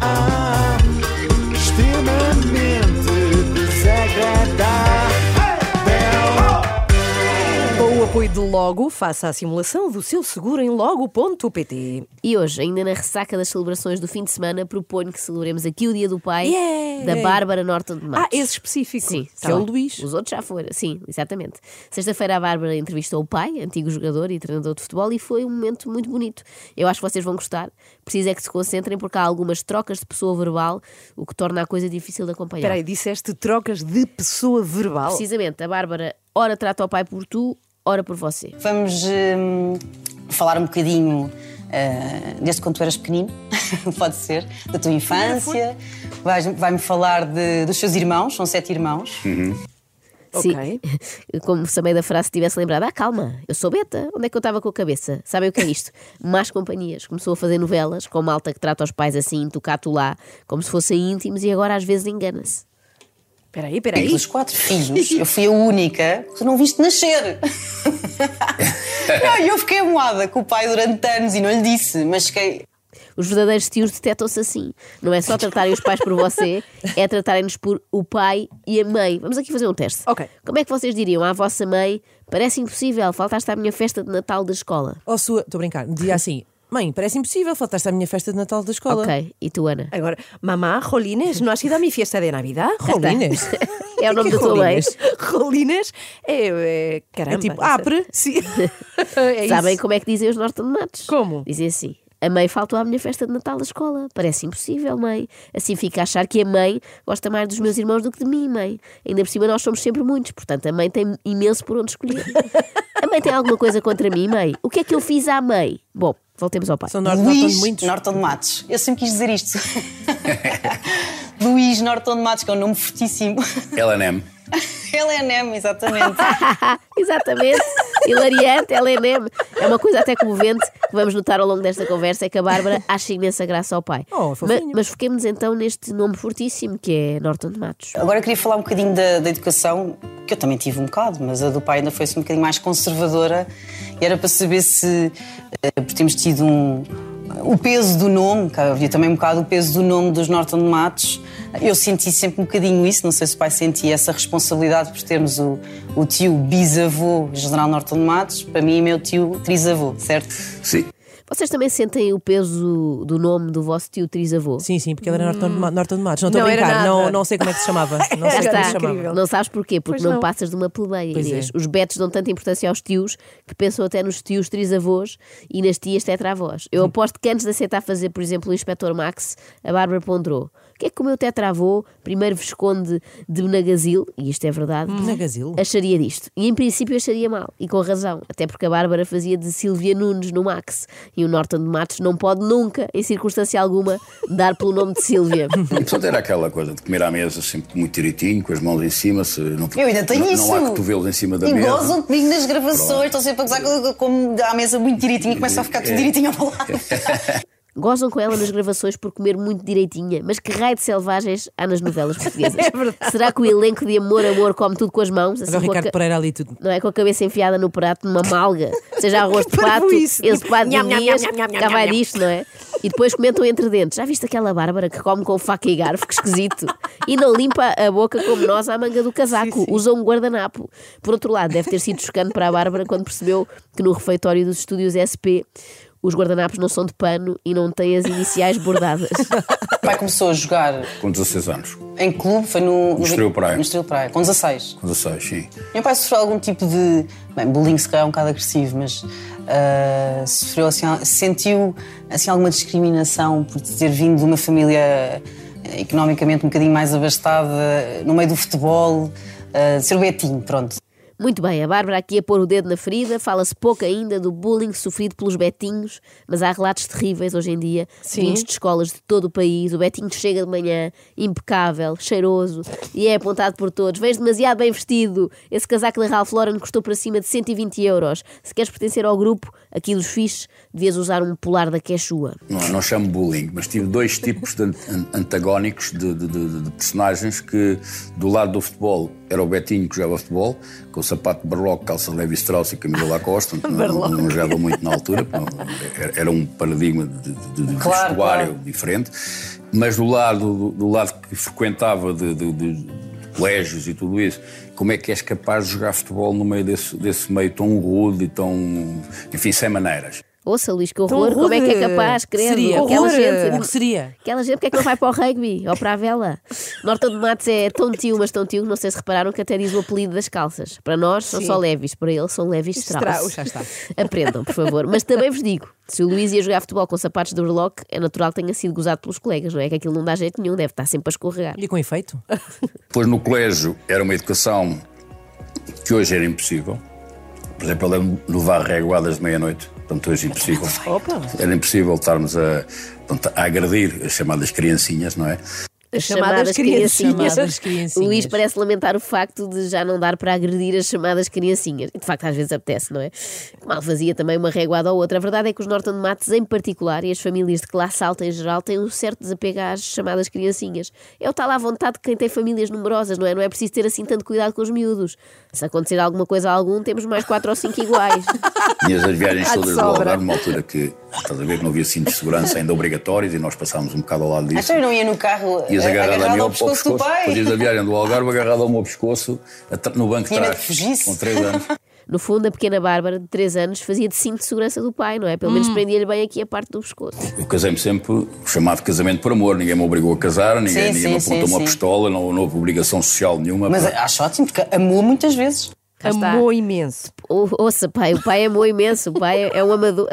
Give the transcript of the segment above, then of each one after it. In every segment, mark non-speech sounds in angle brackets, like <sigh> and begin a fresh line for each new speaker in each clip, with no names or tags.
Ah, extremamente desagradável.
Com o apoio de Logo, faça a simulação do seu seguro em logo.pt.
E hoje, ainda na ressaca das celebrações do fim de semana, proponho que celebremos aqui o Dia do Pai
Yay!
da Bárbara Norton de
Ah,
Matos.
esse específico.
Sim,
que
tá
é o
bem.
Luís.
Os outros já foram, sim, exatamente. Sexta-feira a Bárbara entrevistou o pai, antigo jogador e treinador de futebol, e foi um momento muito bonito. Eu acho que vocês vão gostar. Preciso é que se concentrem, porque há algumas trocas de pessoa verbal, o que torna a coisa difícil de acompanhar.
Espera aí, disseste trocas de pessoa verbal.
Precisamente, a Bárbara ora trata o pai por tu, ora por você.
Vamos hum, falar um bocadinho ah, desde quando tu eras pequenino, <laughs> pode ser, da tua infância. Vais- Vai-me falar de- dos seus irmãos, são sete irmãos.
Ok.
Sim. <laughs> Como se a meio da frase tivesse lembrado, ah, calma, eu sou beta, onde é que eu estava com a cabeça? Sabem o que é isto? <laughs> Más companhias. Começou a fazer novelas com malta que trata os pais assim, tocato lá, como se fossem íntimos e agora às vezes engana-se.
Espera aí, espera aí.
Dos quatro filhos, eu fui a única que tu não viste nascer. não, e eu fiquei moada com o pai durante anos e não lhe disse, mas fiquei.
Os verdadeiros tios detectam-se assim. Não é só tratarem os pais por você, é tratarem-nos por o pai e a mãe. Vamos aqui fazer um teste.
Ok.
Como é que vocês diriam à vossa mãe? Parece impossível, faltaste à minha festa de Natal da escola.
Ou sua. Estou a brincar.
<laughs>
Dizia assim: Mãe, parece impossível, faltaste à minha festa de Natal da escola.
Ok, e
<laughs>
tu, Ana?
Agora, mamá, Rolines, não has ido a minha festa de Navidad?
<laughs>
Rolines.
É o nome
Que
da tua mãe.
Rolines?
<laughs> Rolines é, é- caramba.
É tipo,
não sei.
apre.
<laughs>
Sim. <laughs> é
Sabem
isso.
como é que dizem os Norton Matos?
Como?
Dizem assim. A mãe faltou à minha festa de Natal da escola. Parece impossível, mãe. Assim fica a achar que a mãe gosta mais dos meus irmãos do que de mim, mãe. Ainda por cima nós somos sempre muitos, portanto a mãe tem imenso por onde
<laughs>
escolher. A mãe tem alguma coisa contra mim, mãe? O que é que eu fiz à mãe? Bom, voltemos ao pai.
São nor- Norton de
Luís
muitos.
Norton de Matos. Eu sempre quis dizer isto. Luís Norton de Matos, que é um nome fortíssimo. <laughs>
LNM.
Ele é Nemo, exatamente.
<laughs>
Exatamente. Hilariante, LNM. É uma coisa até comovente que vamos notar ao longo desta conversa: é que a Bárbara acha imensa graça ao pai.
Oh, fofinho.
Ma- mas foquemos então neste nome fortíssimo que é Norton de Matos.
Agora eu queria falar um bocadinho da, da educação, que eu também tive um bocado, mas a do pai ainda foi-se um bocadinho mais conservadora e era para saber se, eh, por termos tido um, o peso do nome, que havia também um bocado o peso do nome dos Norton de Matos, eu senti sempre um bocadinho isso, não sei se o pai sentia essa responsabilidade por termos o, o tio bisavô, General Norton de Matos, para mim e meu tio trisavô, certo?
Sim.
Vocês também sentem o peso do nome do vosso tio trisavô?
Sim, sim, porque ele era Norton de
Hum.
Ma- Norton de Matos. Não estou a
Não era
brincar.
nada.
Não, não sei como é que
<laughs>
se chamava. Não
Já
sei como é que
está.
se chamava.
Incrível.
Não sabes porquê? Porque
Pois
não,
não.
passas de uma plebeia,
Pois é.
Inês. Os betos dão tanta importância aos tios que pensam até nos tios trisavós e nas tias tetravós.
Hum.
Eu aposto que antes de aceitar fazer, por exemplo, o Inspector Max, a Bárbara ponderou. O que é que o meu tetravô, primeiro Visconde de Benagazil, e isto é verdade,
Hum. Benagazil?
acharia disto? E em princípio acharia mal, e com razão, até porque a Bárbara fazia de Silvia Nunes no Max, e o Norton de Matos não pode nunca, em circunstância alguma, dar pelo nome de
<laughs>
Silvia.
E portanto era aquela coisa de comer à mesa sempre muito direitinho, com as mãos em cima, se não,
Eu ainda tenho
não,
isso.
não há cotovelos em cima da
e
mesa.
gozam comigo nas gravações, estão sempre a gozar com- como à mesa muito direitinho e começa a ficar tudo
É,
direitinho ao lado.
Gozam com
<laughs>
ela nas gravações por comer muito direitinha, mas que raio de selvagens há nas
<laughs>
novelas portuguesas? Será que o elenco de Amor, Amor come tudo com as mãos? Assim, com
Agora É o
a
Ricardo
ca-
Pereira ali tudo.
Não é com a cabeça enfiada no prato, numa malga,
<laughs>
seja arroz de
Que
pato,
parvoíce.
esse pato de
Nham, nham,
Inês,
nham, nham, nham,
cá vai
nham.
disto, não é? E depois comentam entre dentes. Já viste aquela Bárbara que come com faca e garfo, que esquisito? E não limpa a boca como nós à manga do casaco, usa um guardanapo. Por outro lado, deve ter sido chocante para a Bárbara quando percebeu que no refeitório dos estúdios SP os guardanapos não são de pano e não têm as iniciais bordadas.
O pai começou a jogar
Com 16 anos,
em clube, foi no. No
Estoril Praia.
No Estoril Praia, com 16.
com 16, sim.
Meu pai sofreu algum tipo de. Bem, bullying se calhar é um bocado agressivo, mas. ah, sofreu assim. sentiu assim alguma discriminação por ter vindo de uma família eh, economicamente um bocadinho mais abastada, no meio do futebol, ah, ser o Betinho, pronto.
Muito bem, a Bárbara aqui a pôr o dedo na ferida, fala-se pouco ainda do bullying sofrido pelos betinhos, mas há relatos terríveis hoje em dia, vindos de escolas de todo o país, o betinho chega de manhã, impecável, cheiroso, e é apontado por todos, vês demasiado bem vestido, esse casaco da Ralph Lauren custou para cima de 120 euros, se queres pertencer ao grupo, aqui dos fixes, devias usar um polar da Quechua.
Não, não chamo bullying, mas tive dois tipos de an- an- antagónicos de, de- de- de personagens que, do lado do futebol, era o Betinho que jogava futebol, com o sapato de barloco, calça Levi Strauss e camisa
<laughs>
da Costa. não, não, não jogava muito na altura, porque não- era- era um paradigma de, de, de- de
Claro,
vestuário
claro.
diferente. Mas do lado, do, do lado que frequentava de, de- de- de colégios e tudo isso, como é que és capaz de jogar futebol no meio desse, desse meio tão rude e tão. enfim, sem maneiras?
Ouça, Luís, que horror, como é que
rude.
é capaz, credo?
Seria.
Aquela
Horror.
O
gente,
que seria?
aquela gente, porque é que não vai para o rugby ou para a vela? Norton de Matos é tão tio, mas tão tio, que não sei se repararam que até diz o apelido das calças. Para nós são só leves, para eles são leves Strauss.
Strauss, já está.
<laughs> Aprendam, por favor. Mas também vos digo, se o Luís ia jogar futebol com sapatos de Urlock, é natural que tenha sido gozado pelos colegas, não é? Que aquilo não dá jeito nenhum, deve estar sempre a escorregar.
E com efeito?
Depois no colégio era uma educação que hoje era impossível. Por exemplo, eu lembro de levar reguadas de meia-noite, portanto hoje é impossível. Era impossível estarmos a, portanto, a agredir as chamadas criancinhas, não é?
As
chamadas criancinhas.
Chamadas
<laughs>
criancinhas.
O Luís parece lamentar o facto de já não dar para agredir as chamadas criancinhas. E de facto, às vezes apetece, não é? Mal fazia também uma reguada ou outra. A verdade é que os Norton de Matos, em particular, e as famílias de classe alta em geral, têm um certo desapego às chamadas criancinhas. É o tal à vontade de quem tem famílias numerosas, não é? Não é preciso ter assim tanto cuidado com os miúdos. Se acontecer alguma coisa a algum, temos mais quatro ou cinco iguais.
Tinhas
<laughs>
as viagens
Há de
Tá
todas do
sobra.
Algarve, numa altura que, estás a ver, não havia cinto de segurança ainda obrigatórios e nós passámos um bocado ao lado disso.
Então eu não ia no carro
Ias
eh,
agarrado, a mim
ao pescoço do pai.
Fazias a viagem do
<laughs>
Algarve agarrado ao meu pescoço atra- no banco de
Menina
trás.
que fugisse.
Com 3 anos.
No fundo, a pequena Bárbara, de três anos, fazia de cinto de segurança do pai, não é? Pelo menos prendia-lhe bem aqui a parte do pescoço.
Eu casei-me sempre, o chamado casamento por amor. Ninguém me obrigou a casar,
Sim,
ninguém, ninguém me
sim,
apontou
sim,
uma
sim.
pistola, não, não houve obrigação social nenhuma.
Mas
Pá.
acho ótimo, porque amou muitas vezes.
Cá está.
Amou imenso.
Ou- Ouça, pai, o pai amou imenso, o pai é- é um amador.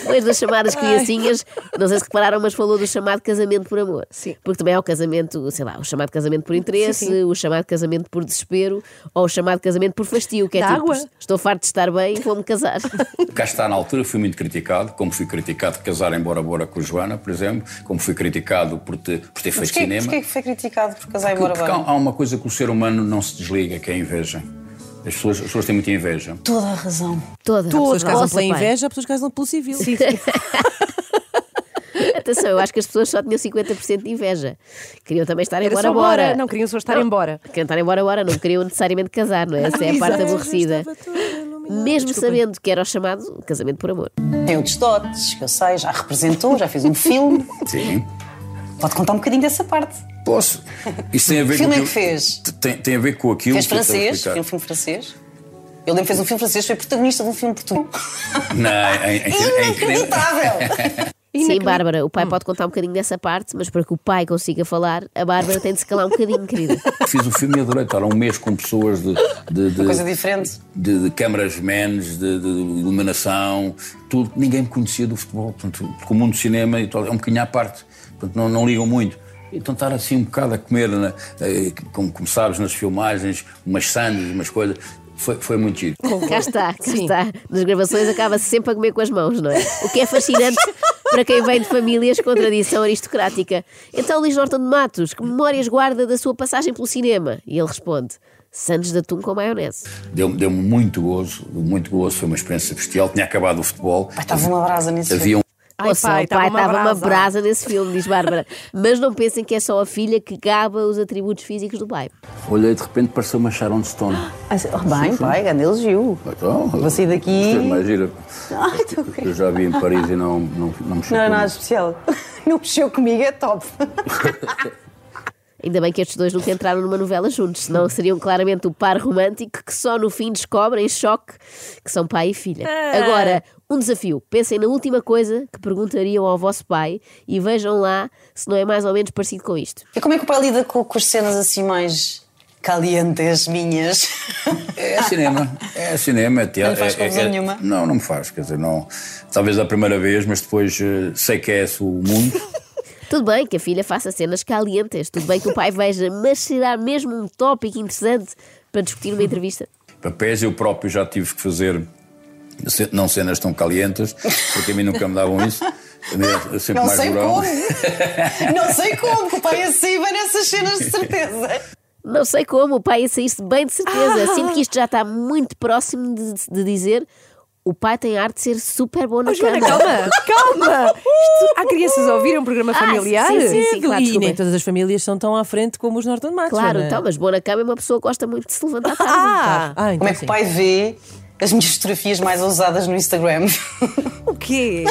Depois das chamadas criancinhas, não sei se repararam, mas falou do chamado casamento por amor.
Sim.
Porque também há o casamento, sei lá, o chamado casamento por interesse,
Sim, sim.
o chamado casamento por desespero, ou o chamado casamento por fastio, que é
Da
tipo,
água.
estou farto de estar bem, vou-me casar.
Cá está, na altura fui muito criticado, como fui criticado de casar em Bora Bora com a Joana, por exemplo, como fui criticado por ter, por ter feito
Mas porquê,
cinema.
porquê que foi criticado por casar
Porque
embora
há,
agora?
há uma coisa que o ser humano não se desliga, que é a inveja. As pessoas, as pessoas têm muita inveja.
Toda a razão.
Toda.
As pessoas casam
Ouça,
pela
pai.
inveja, as pessoas casam pelo civil.
Atenção, eu acho que as pessoas só tinham 50% de inveja. Queriam também estar
Era
embora
só bora.
bora.
Não, queriam só estar
Não.
embora.
Queriam estar embora agora, não queriam necessariamente casar, não é? Essa é a parte aborrecida. Mesmo sabendo que era o chamado casamento por amor.
Tem outros dotes, que eu sei, já representou, já fez um filme.
Sim.
Pode contar um bocadinho dessa parte.
Posso. Isso tem a ver
Que <laughs> filme
com
é que
aquilo-
fez?
t- Tem, tem a ver com aquilo
fez
que eu estava a
francês,
explicar.
fez um filme francês. Eu lembro que fez um filme francês, foi protagonista de um filme português.
Não,
<laughs>
é, em, em, em, em,
Inacreditável!
Sim, Bárbara, o pai pode contar um bocadinho dessa parte, mas para que o pai consiga falar, a Bárbara tem de se calar um bocadinho, querida.
Fiz o filme e adorei estar um mês com pessoas de, de, de,
coisa diferente.
de, de câmaras-mans, de, de iluminação, tudo. Ninguém me conhecia do futebol, portanto, porque o mundo do cinema e tal, é um bocadinho à parte, portanto, não, não ligam muito. Então estar assim um bocado a comer, na- eh, como, como sabes, nas filmagens, umas sandes, umas coisas, foi, foi muito giro.
Cá está, cá está. Nas gravações acaba-se sempre a comer com as mãos, não é? O que é fascinante para quem vem de famílias com tradição aristocrática. Então, Luís Norton de Matos, que memórias guarda da sua passagem pelo cinema? E ele responde: Sandes de atum com maionese.
Deu-me deu muito gozo, muito gozo, foi uma experiência bestial. Tinha acabado o futebol,
Pai, estava uma brasa nesse
havia um
Ai,
Ouça,
pai,
o pai
estava uma
estava uma,
brasa.
brasa nesse filme, diz Bárbara. Mas não pensem que é só a filha que gaba os atributos físicos do pai.
Olhei de repente, pareceu uma Sharon Stone.
filme. Oh, bem, pai, grande elogio.
Então,
Vou sair daqui.
isto é mais giro.
<laughs> Ai, estou a
Eu já vi em Paris e não, não, não mexeu
Não era
comigo.
nada especial. <laughs> Não mexeu comigo, é top.
Ainda bem que estes dois nunca entraram numa novela juntos, senão seriam claramente o par romântico que só no fim descobrem, em choque, que são pai e filha.
Ah.
Agora, um desafio. Pensem na última coisa que perguntariam ao vosso pai e vejam lá se não é mais ou menos parecido com isto.
E como é que o pai lida com, com as cenas assim mais calientes minhas?
É cinema, é cinema, é teatro.
Não lhe faz
é- é-
confusão
é-
nenhuma?
Não, não me faz, quer dizer, não. Talvez a primeira vez, mas depois eh, sei que é esse o
<laughs>
mundo.
Tudo bem que a filha faça cenas calientes, tudo bem que o pai veja, mas será mesmo um tópico interessante para discutir numa entrevista?
Papéis eu próprio já tive que fazer, ce- não cenas tão calientes, porque a mim nunca me davam isso. A mim é sempre
Não
mais
sei
durão.
como. Não sei como, que o pai assim vai nessas cenas de certeza.
Não sei
Ah!
como, o pai ia sair-se bem de certeza. Sinto que isto já está muito próximo de, de dizer O pai tem arte de ser super bom na
Oh, Joana,
cama.
calma, <laughs> calma! Isto- há crianças a ouvir um programa
Ah,
familiar?
sim, sim, sim.
E
claro, desculpa.
nem todas as famílias são tão à frente como os Norton Max.
Claro,
Joana.
então, mas boa na cama é uma pessoa que gosta muito de se levantar tarde.
Ah,
Ah, então
Como é que
sim.
o pai vê as minhas fotografias mais ousadas no Instagram? <laughs>
o quê?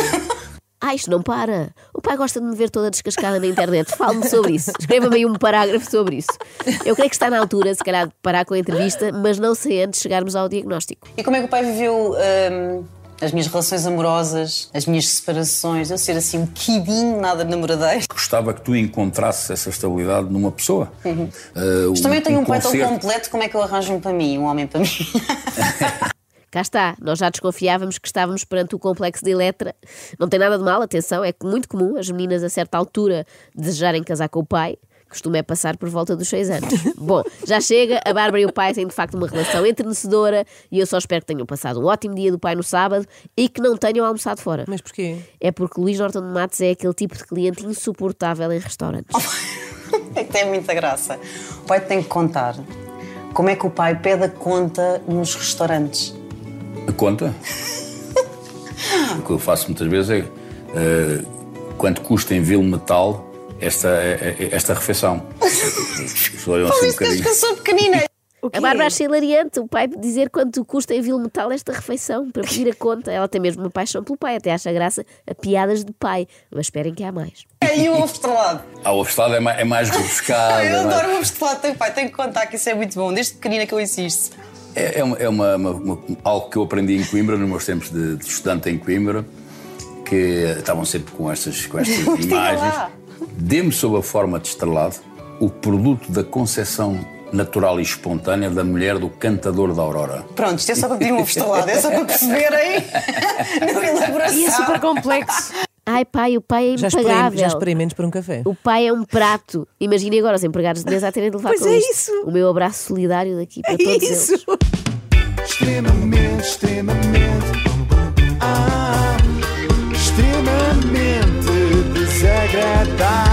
Ah, isto não para. O pai gosta de me ver toda descascada na internet. Fale-me sobre isso. Escreva-me aí um parágrafo sobre isso. Eu creio que está na altura, se calhar, de parar com a entrevista, mas não sei antes de chegarmos ao diagnóstico.
E como é que o pai viveu hum, as minhas relações amorosas, as minhas separações, eu ser assim um bocadinho nada namoradeira?
Gostava que tu encontrasses essa estabilidade numa pessoa. Ah,
Uhum. Mas também eu tenho um pai tão
concerto.
completo, como é que eu arranjo um para mim, um homem para mim? <laughs>
Cá está, nós já desconfiávamos que estávamos perante o complexo de Eletra. Não tem nada de mal, atenção, é muito comum as meninas a certa altura desejarem casar com o pai. Costuma é passar por volta dos seis anos. Bom, já chega, a Bárbara e o pai têm de facto uma relação entrenecedora e eu só espero que tenham passado um ótimo dia do pai no sábado e que não tenham almoçado fora.
Mas porquê?
É porque Luís Norton de Matos é aquele tipo de cliente insuportável em restaurantes.
É que tem muita graça. O pai tem que contar como é que o pai pede a conta nos restaurantes.
Um
<laughs>
A conta? o que eu faço muitas vezes é eh, quanto custa em Vilma tal esta, eh, eh,
<laughs>
esta refeição. Eles olham
Por
assim um
isso que
bocadinho.
eu sou pequenina.
<laughs>
O quê?
A Bárbara acha hilariante o pai dizer quanto custa em vil metal esta refeição para pedir a conta. Ela tem mesmo uma paixão pelo pai, até acha graça a piadas de pai. Mas esperem que há mais.
É, E o ovo de lado.
Ah, o estelado é mais, é mais
<laughs>
rebuscado.
Eu
é mais-
adoro o ovo de lado. Tem, pai, tenho que contar que isso é muito bom. Desde pequenina que eu insisto.
É, é uma, é uma- uma- uma- algo que eu aprendi em Coimbra, nos meus tempos de, de estudante em Coimbra, que estavam sempre com estas,
<laughs>
com estas imagens.
lá.
Dê-me sob a forma de estrelado o produto da concepção natural e espontânea da mulher do cantador da Aurora.
Pronto, isto é só para pedir um ovo de lado. É só para perceberem na elaboração.
E é super complexo.
Ai pai, o pai é
Já esperei, já
impagável.
esperei menos por um café.
O pai é um prato. Imaginem agora os empregados de mesa a terem de levar
Pois
com
é
isto.
isso. É
O meu abraço solidário daqui para todos eles.
Isso.
extremamente, extremamente, ah, extremamente desagradável.